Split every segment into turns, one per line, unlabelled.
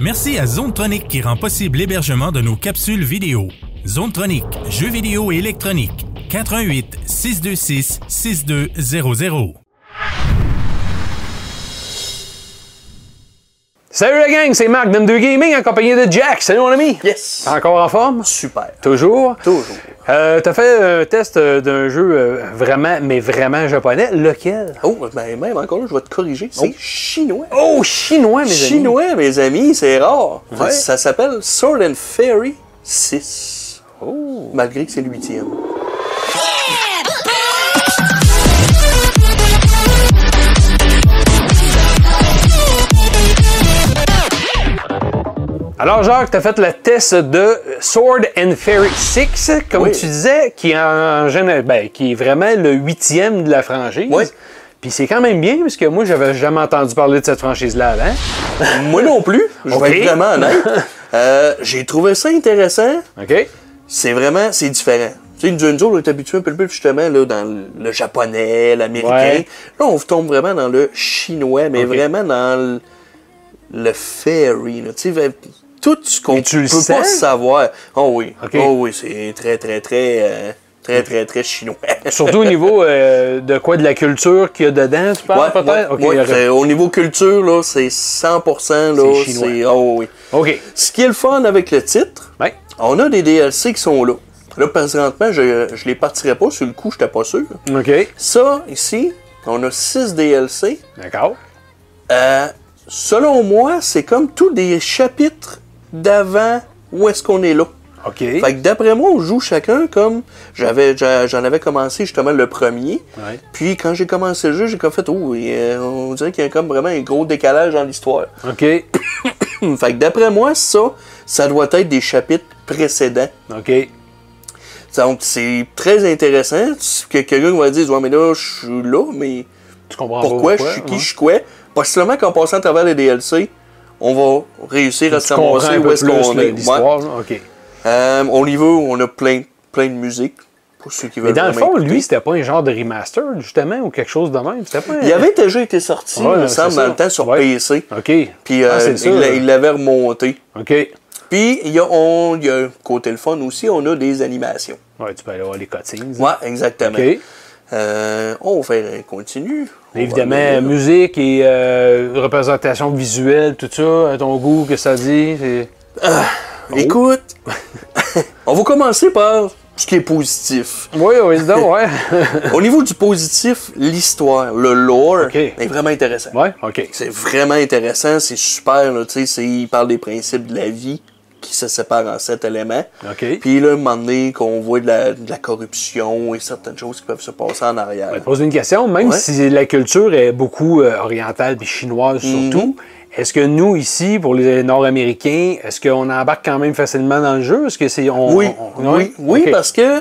Merci à Zone Tronic qui rend possible l'hébergement de nos capsules vidéo. Zone Tronic, jeux vidéo et électronique. 88 626 6200.
Salut la gang, c'est Marc d'M2 Gaming accompagné de Jack. Salut mon ami.
Yes!
Encore en forme?
Ah, Super.
Toujours.
Toujours.
Euh, T'as fait un test euh, d'un jeu euh, vraiment, mais vraiment japonais. Lequel?
Oh, ben même encore là, je vais te corriger. C'est chinois.
Oh, chinois, mes amis.
chinois, mes amis, c'est rare.
Ouais.
Ça s'appelle Sword and Fairy 6. Malgré que c'est le huitième.
Alors, Jacques, t'as fait le test de Sword and Fairy 6, comme
Oui.
tu disais, qui est, en général, ben, qui est vraiment le huitième de la franchise.
Oui.
Puis c'est quand même bien, parce que moi, j'avais jamais entendu parler de cette franchise-là avant.
Moi non plus. Je
Ok.
vais être vraiment honnête. Euh, J'ai trouvé ça intéressant.
OK?
C'est vraiment, c'est différent. Tu sais, nous, nous autres, on est habitués un peu plus justement là, dans le- le japonais, l'américain.
Ouais.
Là, on tombe vraiment dans le chinois, mais
Ok.
vraiment dans le, le fairy. là. Tu sais, va- tout ce qu'on
Et tu le
peut pas
sens?
savoir. Oh oui.
Ok.
Oh oui, c'est très, très, très, euh, très, très, très chinois.
Surtout au niveau euh, de quoi? De la culture qu'il y a dedans, tu
Ouais,
parles
ouais,
peut-être? OK,
ouais,
il y aurait-
c'est- au niveau culture, là, c'est 100%. là,
C'est chinois.
c'est- Oh oui.
OK.
Ce qui est le fun avec le titre,
Ouais.
On a des DLC qui sont là. Là, présentement, je, je les partirais pas. Sur le coup, j'étais pas sûr.
OK.
Ça, ici, on a 6 DLC.
D'accord.
Euh, selon moi, c'est comme tous des chapitres d'avant où est-ce qu'on est là.
OK.
Fait que d'après moi, on joue chacun comme j'avais j'a- j'en avais commencé justement le premier.
Ouais.
Puis quand j'ai commencé le jeu, j'ai comme fait oh, et, euh, on dirait qu'il y a comme vraiment un gros décalage dans l'histoire.
OK.
Hum, fait que d'après moi, ça, ça doit être des chapitres précédents.
OK.
Donc, c'est très intéressant que quelqu'un va dire Ouais, mais là, je suis là, mais
Tu comprends
pourquoi,
pas pourquoi hein?
Je suis qui Je suis quoi Possiblement qu'en passant à travers les DLC, on va réussir à se
Tu comprends
ramasser
un
où
peu
est-ce qu'on
plus là,
est. Ouais.
l'histoire, là? OK.
Euh, au niveau, on a plein, plein de musique pour ceux qui veulent
Mais dans le
vraiment
fond,
écouter.
lui, c'était pas un genre de remaster, justement, ou quelque chose de même. C'était pas un...
Il avait déjà été sorti,
Ouais,
il me
c'est
semble,
ça.
dans le temps sur
Ouais.
PC.
OK.
Puis
Ah,
euh,
c'est
il
ça,
l'a-
là.
il l'avait remonté.
OK. Ouais,
Puis, il y a, on, il y a côté le fun aussi, on a des animations.
tu peux aller voir les cutscenes.
Ouais, exactement.
OK.
Euh, on va faire un continu. On va
Évidemment,
aller-
musique et euh, représentation visuelle, tout ça, à ton goût, que ça dit. c'est-
Écoute, on va commencer par ce qui est positif.
Oui, oui, dis donc, ouais.
Au niveau du positif, l'histoire, le lore
Ok.
est vraiment intéressant.
ouais, OK.
C'est vraiment intéressant, c'est super. Là, tu sais, c'est- il parle des principes de la vie qui se séparent en sept éléments.
OK.
Puis là, un moment donné, qu'on voit de la, de la corruption et certaines choses qui peuvent se passer en arrière.
Je te pose une question, même
Ouais.
si la culture est beaucoup euh, orientale puis chinoise surtout,
Mhm.
est-ce que nous ici, pour les Nord-Américains, est-ce qu'on embarque quand même facilement dans le jeu? Est-ce que c'est on,
Oui,
on- on-
oui, oui,
OK.
parce que,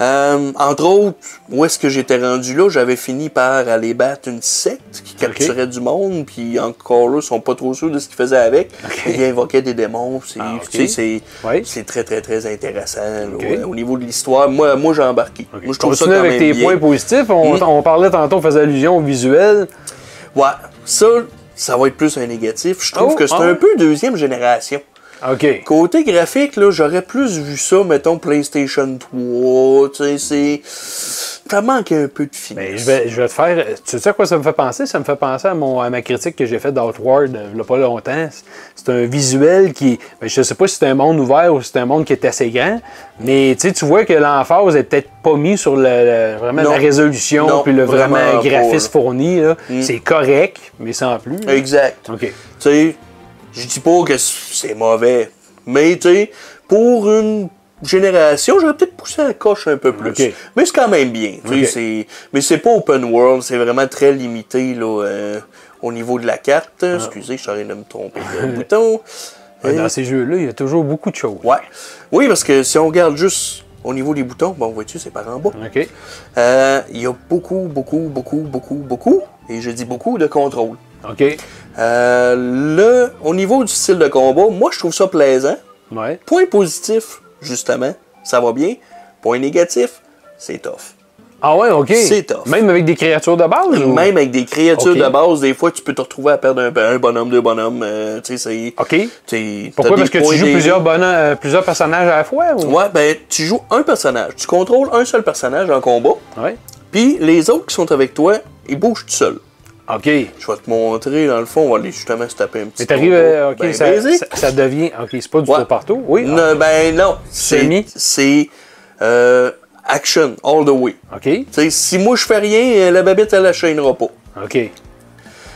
euh, entre autres, où est-ce que j'étais rendu là, j'avais fini par aller battre une secte qui capturait du monde, puis encore là, ils sont pas trop sûrs de ce qu'ils faisaient avec. Et Ils invoquaient des démons, c'est
Ah, ok.
tu sais, c'est-
Ouais.
c'est très, très, très intéressant. là,
Ok.
ouais. Au niveau de l'histoire, moi, moi j'ai embarqué. Moi, je trouve ça
Continue
quand
avec
même
tes
bien.
points positifs. On,
Mm.
on parlait tantôt, on faisait allusion au visuel.
Ouais, ça, ça va être plus un négatif. Je trouve
Oh,
que c'est
ah ouais.
un peu deuxième génération.
OK.
Côté graphique, là, j'aurais plus vu ça, mettons, PlayStation 3, tu sais, c'est... Ça manque un peu de
Mais
finesse.
Ben, je vais, je vais te faire. Tu sais à quoi ça me fait penser? Ça me fait penser à, mon, à ma critique que j'ai faite d'Outward euh, il y a pas longtemps. C'est un visuel qui. ben, je sais pas si c'est un monde ouvert ou si c'est un monde qui est assez grand, mais tu sais, tu vois que l'emphase est peut-être pas mise sur le, le- vraiment
Non.
la résolution
Non,
puis le vraiment,
vraiment pas,
graphisme
là. Mm.
fourni. là. C'est correct, mais sans plus. là.
Exact.
OK.
Tu sais, je dis pas que c'est mauvais, mais tu sais, pour une génération, j'aurais peut-être poussé la coche un peu plus.
Ok.
Mais c'est quand même bien. tu sais,
Ok.
c'est- Mais c'est pas open world, c'est vraiment très limité là, euh, au niveau de la carte. Excusez, je suis en train de me tromper de bouton.
Ah.
Euh,
Ouais,
Et-
Dans ces jeux-là, il y a toujours beaucoup de choses.
Ouais. Oui, parce que si on regarde juste au niveau des boutons, bon, vois-tu, c'est par en bas.
OK.
Euh, Il y a beaucoup, beaucoup, beaucoup, beaucoup, beaucoup, et je dis beaucoup, de contrôle.
OK.
Euh, le, au niveau du style de combat, moi, je trouve ça plaisant.
Ouais.
Point positif, justement, ça va bien. Point négatif, c'est tough.
Ah ouais, OK.
C'est tough.
Même avec des créatures de base? ou-
Même avec des créatures
Ok.
de base, des fois, tu peux te retrouver à perdre un, un bonhomme, deux bonhommes. euh, tu sais, c'est.
OK.
t'es- t'as
Pourquoi?
des
Parce que
points
tu joues
des-
plusieurs, bonhommes- euh, plusieurs personnages à la fois? Ou...
Ouais, ben, tu joues un personnage. Tu contrôles un seul personnage en combat,
Ouais.
puis les autres qui sont avec toi, ils bougent tout seuls.
OK. Mais
Je vais te montrer, dans le fond, on va aller justement se taper un petit
t'arrives,
combat.
euh, OK,
Ben,
ça,
baiser.
ça- ça devient... OK, c'est pas du
Ouais.
tour partout. Oui.
Non, ben non, c'est
Semi.
c'est euh, action all the way.
Ah. OK.
Tu sais, si moi je fais rien, euh, la babette elle enchaînera pas.
OK.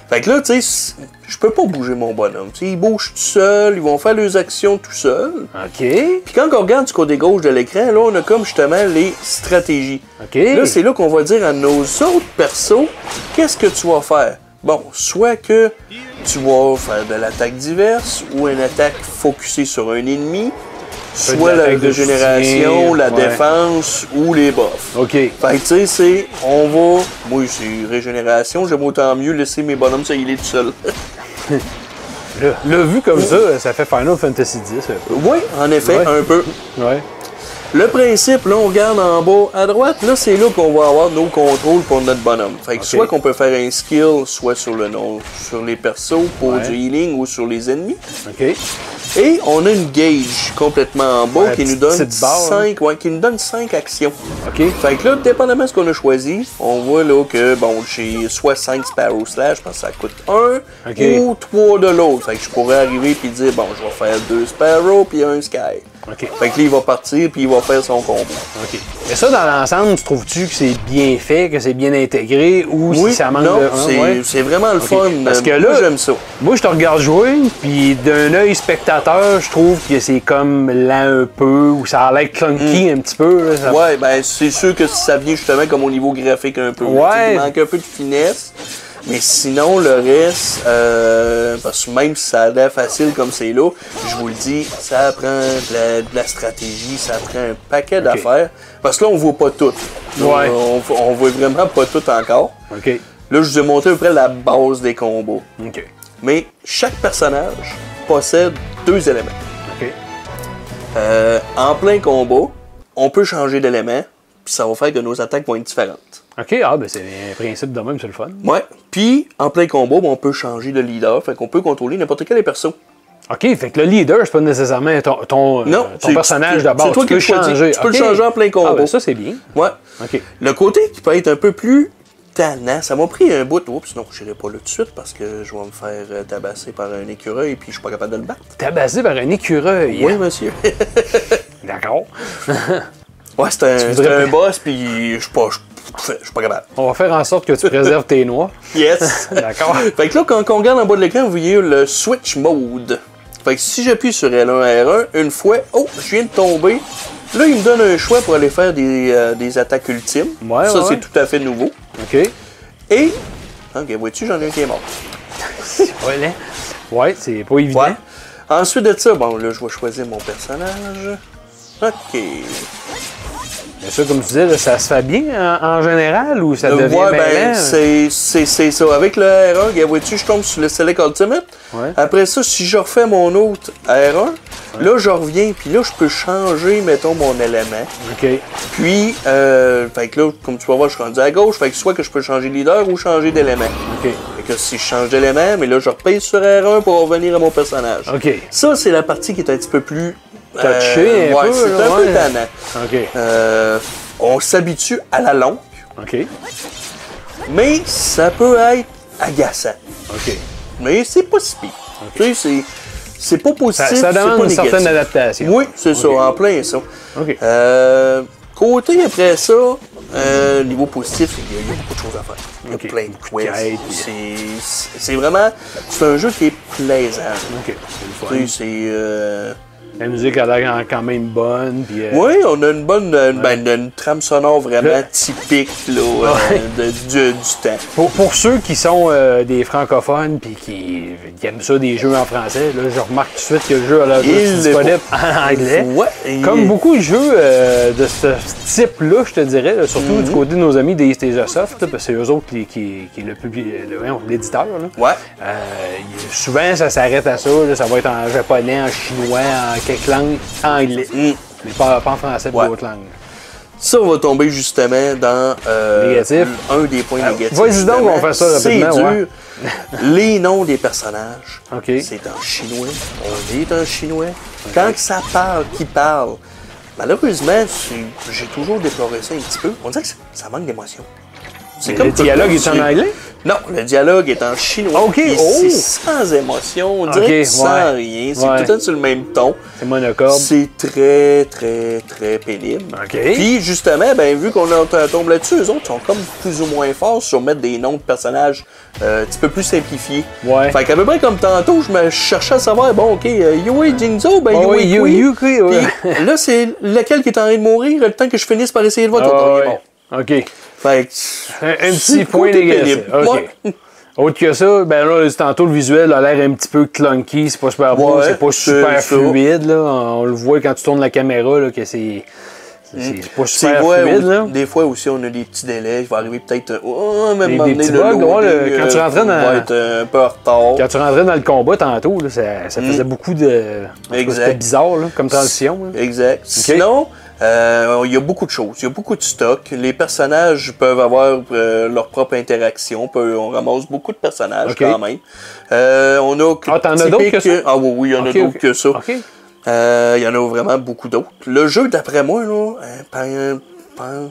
Fait que là, tu sais, c- je peux pas bouger mon bonhomme. Tu sais, ils bougent tout seuls, ils vont faire leurs actions tout seuls.
OK.
Puis quand on regarde du côté gauche de l'écran, là, on a comme justement les stratégies.
OK.
Là, c'est là qu'on va dire à nos autres persos, qu'est-ce que tu vas faire? Bon, soit que tu vas faire de l'attaque diverse ou une attaque focusée sur un ennemi,
de
soit la
l'attaque de
régénération,
soutien,
la
ouais.
défense ou les buffs.
OK.
Fait que tu sais, c'est, on va, moi c'est régénération, j'aime autant mieux laisser mes bonhommes se healer tout seul.
Là, là, vu comme ça, ça fait Final Fantasy X. un peu.
oui, en effet,
Ouais.
un peu.
Ouais.
Le principe, là, on regarde en bas à droite, là, c'est là qu'on va avoir nos contrôles pour notre bonhomme. Fait que
Ok.
soit qu'on peut faire un skill, soit sur le nom, sur les persos pour
Ouais.
du healing ou sur les ennemis.
OK.
Et on a une gauge complètement en bas
Ouais,
qui nous
petite-
donne
petite barre, là.
5, ouais, qui nous donne cinq actions.
OK.
Fait que là, dépendamment de ce qu'on a choisi, on voit là que, bon, j'ai soit 5 Sparrow Slash parce que ça coûte un,
Ok.
ou 3 de l'autre. Fait que je pourrais arriver puis dire, bon, je vais faire 2 Sparrow puis un Sky.
OK.
Fait que là, il va partir puis il va faire son combo.
OK. Mais ça, dans l'ensemble, tu trouves-tu que c'est bien fait, que c'est bien intégré ou si ça manque
non,
de. hein,
c'est,
ouais?
c'est vraiment le
Ok.
fun. euh,
Parce que
Moi,
là-
j'aime ça.
Moi, je te regarde jouer, puis d'un œil spectateur, je trouve que c'est comme lent un peu, ou ça a l'air clunky un petit peu. là, ça-
Mm. Ouais, ben c'est sûr que ça vient justement comme au niveau graphique un peu.
Ouais.
Tu sais, Il manque un peu de finesse. Mais sinon, le reste, euh, parce que même si ça a l'air facile comme c'est là, je vous le dis, ça prend de la, de la stratégie, ça prend un paquet d'affaires. Parce que là, on voit pas tout.
Ouais.
On, on- on voit vraiment pas tout encore.
OK.
Là, je vous ai montré à peu près la base des combos.
OK.
Mais chaque personnage possède deux éléments.
OK.
Euh, en plein combat, on peut changer d'élément, puis ça va faire que nos attaques vont être différentes.
OK, ah, ben c'est un principe de même, c'est le fun.
Ouais. Puis, en plein combat, ben, on peut changer de leader, fait qu'on peut contrôler n'importe quel des persos.
OK, fait que le leader, c'est pas nécessairement ton, ton,
Non,
euh, ton
c'est-
personnage
c'est-
de base.
c'est toi
tu
qui
peux
le choisis.
changer.
Tu peux le
OK.
changer en plein combat.
Ah, ben ça, c'est bien.
Ouais.
OK.
Le côté qui peut être un peu plus tannant, ça m'a pris un bout. Oups, non, je n'irai pas là tout de suite parce que je vais me faire euh, tabasser par un écureuil, puis je suis pas capable de le battre.
Tabassé par un écureuil.
Oui, monsieur.
D'accord.
ouais, c'est un, c'est
voudrais-
un boss, puis je suis pas, je- je suis pas capable.
On va faire en sorte que tu préserves tes noix.
Yes!
D'accord.
Fait que là, quand on regarde en bas de l'écran, vous voyez le switch mode. Fait que si j'appuie sur L1 R1, une fois, oh, je viens de tomber. Là, il me donne un choix pour aller faire des, euh, des attaques ultimes.
Ouais,
ça,
ouais,
c'est
ouais.
tout à fait nouveau.
OK.
Et. Ok, vois-tu, j'en ai un qui est mort.
Ouais, là. hein. Ouais, c'est pas évident.
Ouais. Ensuite de ça, bon, là, je vais choisir mon personnage. Ok.
Mais ça, comme tu disais, là, ça se fait bien en, en général ou ça
Euh,
devient
ouais,
mêlant?
ben, c'est c'est- c'est ça. Avec le R1, regarde, vois-tu, je tombe sur le Select Ultimate.
Ouais.
Après ça, si je refais mon autre R1, là, je reviens, puis là, je peux changer, mettons, mon élément.
OK.
Puis, euh, fait que là, comme tu vas voir, je suis rendu à gauche, fait que soit que je peux changer de leader ou changer d'élément.
OK.
Fait que si je change d'élément, mais là, je repèse sur R1 pour revenir à mon personnage.
OK.
Ça, c'est la partie qui est un petit peu plus... euh,
Touché un
ouais,
peu,
c'est
là,
un
ouais.
peu tannant.
OK.
Euh, on s'habitue à la longue,
OK.
mais ça peut être agaçant.
OK.
Mais c'est pas si pire. Tu sais, c'est- c'est pas positif,
Ça,
c'est
ça
pas
demande une
négatif.
certaine adaptation.
Oui, c'est ça, en plein ça.
OK.
Euh, côté après ça, euh, niveau positif, il y, a- il y a beaucoup de choses à faire. Il y a
OK.
plein de
Beaucoup de quêtes,
quiz.
puis-
C'est- c'est- C'est vraiment. C'est un jeu qui est plaisant.
OK. C'est le fun.
Tu sais, c'est. euh,
La musique a l'air quand même bonne. Puis, euh,
Oui, on a une bonne. Une, ben, une trame sonore vraiment typique là, euh, de- du, du temps.
Pour, pour ceux qui sont euh, des francophones puis qui, qui aiment ça des jeux en français, là, je remarque tout de suite que le jeu a l'air
Il
juste
l'est
disponible en anglais.
Ouais, il
Comme
est-
beaucoup de jeux euh, de ce type-là, je te dirais, là, surtout
Mhm.
du côté de nos amis d'Estesosoft, parce que c'est eux autres qui, qui, qui est le public, le- voyons, l'éditeur. là.
Ouais.
Euh, il- souvent, ça s'arrête à ça. là, ça va être en japonais, en chinois, en quelques langues, en anglais.
Mm.
Mais pas, pas en français,
Ouais.
pas d'autres langues.
Ça va tomber justement dans euh,
Négatif.
un des points
Ah,
négatifs.
vas-y donc,
justement.
on fait ça
C'est
rapidement,
dur. Les noms des personnages,
OK.
c'est en chinois. On est en chinois. Quand que ça parle, qui parle, malheureusement, c'est- j'ai toujours déploré ça un petit peu. On dirait que ça, ça manque d'émotion. C'est
Le dialogue est en
c'est-
anglais?
Non, le dialogue est en chinois.
OK, oh!
Et C'est sans émotion, on dirait
OK,
que sans
ouais.
rien. C'est
Ouais.
tout le temps sur le même ton.
C'est monocorde.
C'est très, très, très pénible.
OK.
Puis, justement, ben, vu qu'on en tombe là-dessus, eux autres sont comme plus ou moins forts sur mettre des noms de personnages euh, un petit peu plus simplifiés.
Ouais.
Fait qu'à peu près comme tantôt, je me cherchais à savoir, bon, OK, euh, Yui Jinzo, ben,
Ah
Yui
oui,
Kui.
Yui- Yui Kui, ouais.
Puis là, c'est lequel qui est en train de mourir, le temps que je finisse par essayer de voir
Ah,
ton dernier
ouais.
mot.
OK.
Fait que-
Un, un
c'est
petit
le
point
côté
négatif.
pénible.
OK.
Ouais.
Autre que ça, ben là, c'est tantôt le visuel a l'air un petit peu clunky, c'est pas super beau,
Ouais,
c'est pas
c'est
super
ça.
fluide, là. On le voit quand tu tournes la caméra, là, que c'est. C'est c'est pas
Hmm. C'est
super
vrai,
fluide,
au-
là.
des fois aussi, on a des petits délais. Il va arriver peut-être. euh, Oh, même
Des-
moment
des
donné,
petits
le
bugs, ouais, le-
loading,
quand tu
euh,
rentrais dans-
va être euh, un peu en retard.
Quand tu rentrais dans le combat tantôt, là, ça, ça faisait beaucoup de. en tout cas,
Hmm. Exact.
C'était bizarre, là, comme transition. là.
Exact. Sinon, euh, il y a beaucoup de choses. Il y a beaucoup de stock. Les personnages peuvent avoir euh, leur propre interaction. Peut- on ramasse beaucoup de personnages
Ok.
quand même. Euh, on a
Ah, t'en as d'autres que ça?
Ah oui, oui, il y en
Ok,
a d'autres
ok.
que ça.
OK.
Euh, Il y en a vraiment beaucoup d'autres. Le jeu, d'après moi, là, euh, pen- pen-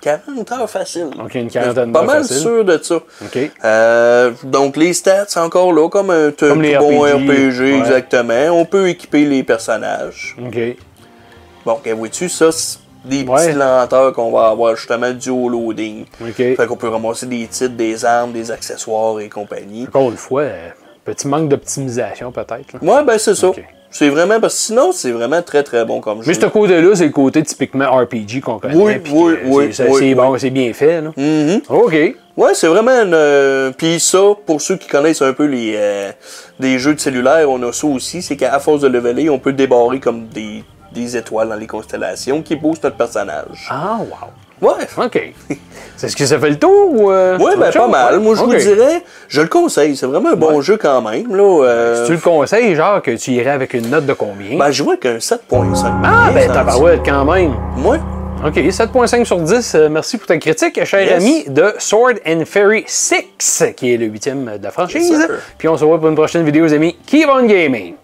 40 heures facile.
Ok, une quarantaine
Pas
d'heures
mal
facile.
sûr de ça.
OK.
Euh, donc les stats encore là, comme un t-
Comme les
tout bon RPG,
RPG, ouais.
exactement. On peut équiper les personnages.
OK.
Bon, que vois-tu, ça, c'est des
Ouais.
petites lenteurs qu'on va avoir justement du au loading.
OK.
Fait qu'on peut ramasser des titres, des armes, des accessoires et compagnie.
Encore une fois, euh, petit manque d'optimisation, peut-être. là.
Moi, ben c'est ça.
Ok.
C'est vraiment parce que sinon, c'est vraiment très très bon comme jeu.
Mais ce côté-là, c'est le côté typiquement RPG qu'on connaît.
Oui,
puis
oui,
que
oui,
c'est- C'est
oui,
c'est
oui.
bon, c'est bien fait, là.
Mhm.
OK.
Ouais, c'est vraiment une. euh, Puis ça, pour ceux qui connaissent un peu les euh, des jeux de cellulaire, on a ça aussi, c'est qu'à force de leveler, on peut débarrer comme des, des étoiles dans les constellations qui boostent notre personnage.
Ah, wow.
Ouais.
OK. C'est ce que ça fait le tour ou. euh,
Ouais, ben
autre
pas
chose?
mal.
Ouais.
Moi, je
OK.
vous dirais, je le conseille. C'est vraiment un bon jeu quand même. Là. euh,
Si tu le conseilles, genre, que tu irais avec une note de combien?
Ben, je vois qu'un 7.5.
ah, ben,
Bien
tabarouette, quand même.
senti. Moi,
OK, 7.5 sur 10. euh, merci pour ta critique, cher
Yes.
ami de Sword and Fairy 6, qui est le huitième de la franchise.
Yes, sir.
Puis on se voit pour une prochaine vidéo, les amis. Keep on gaming!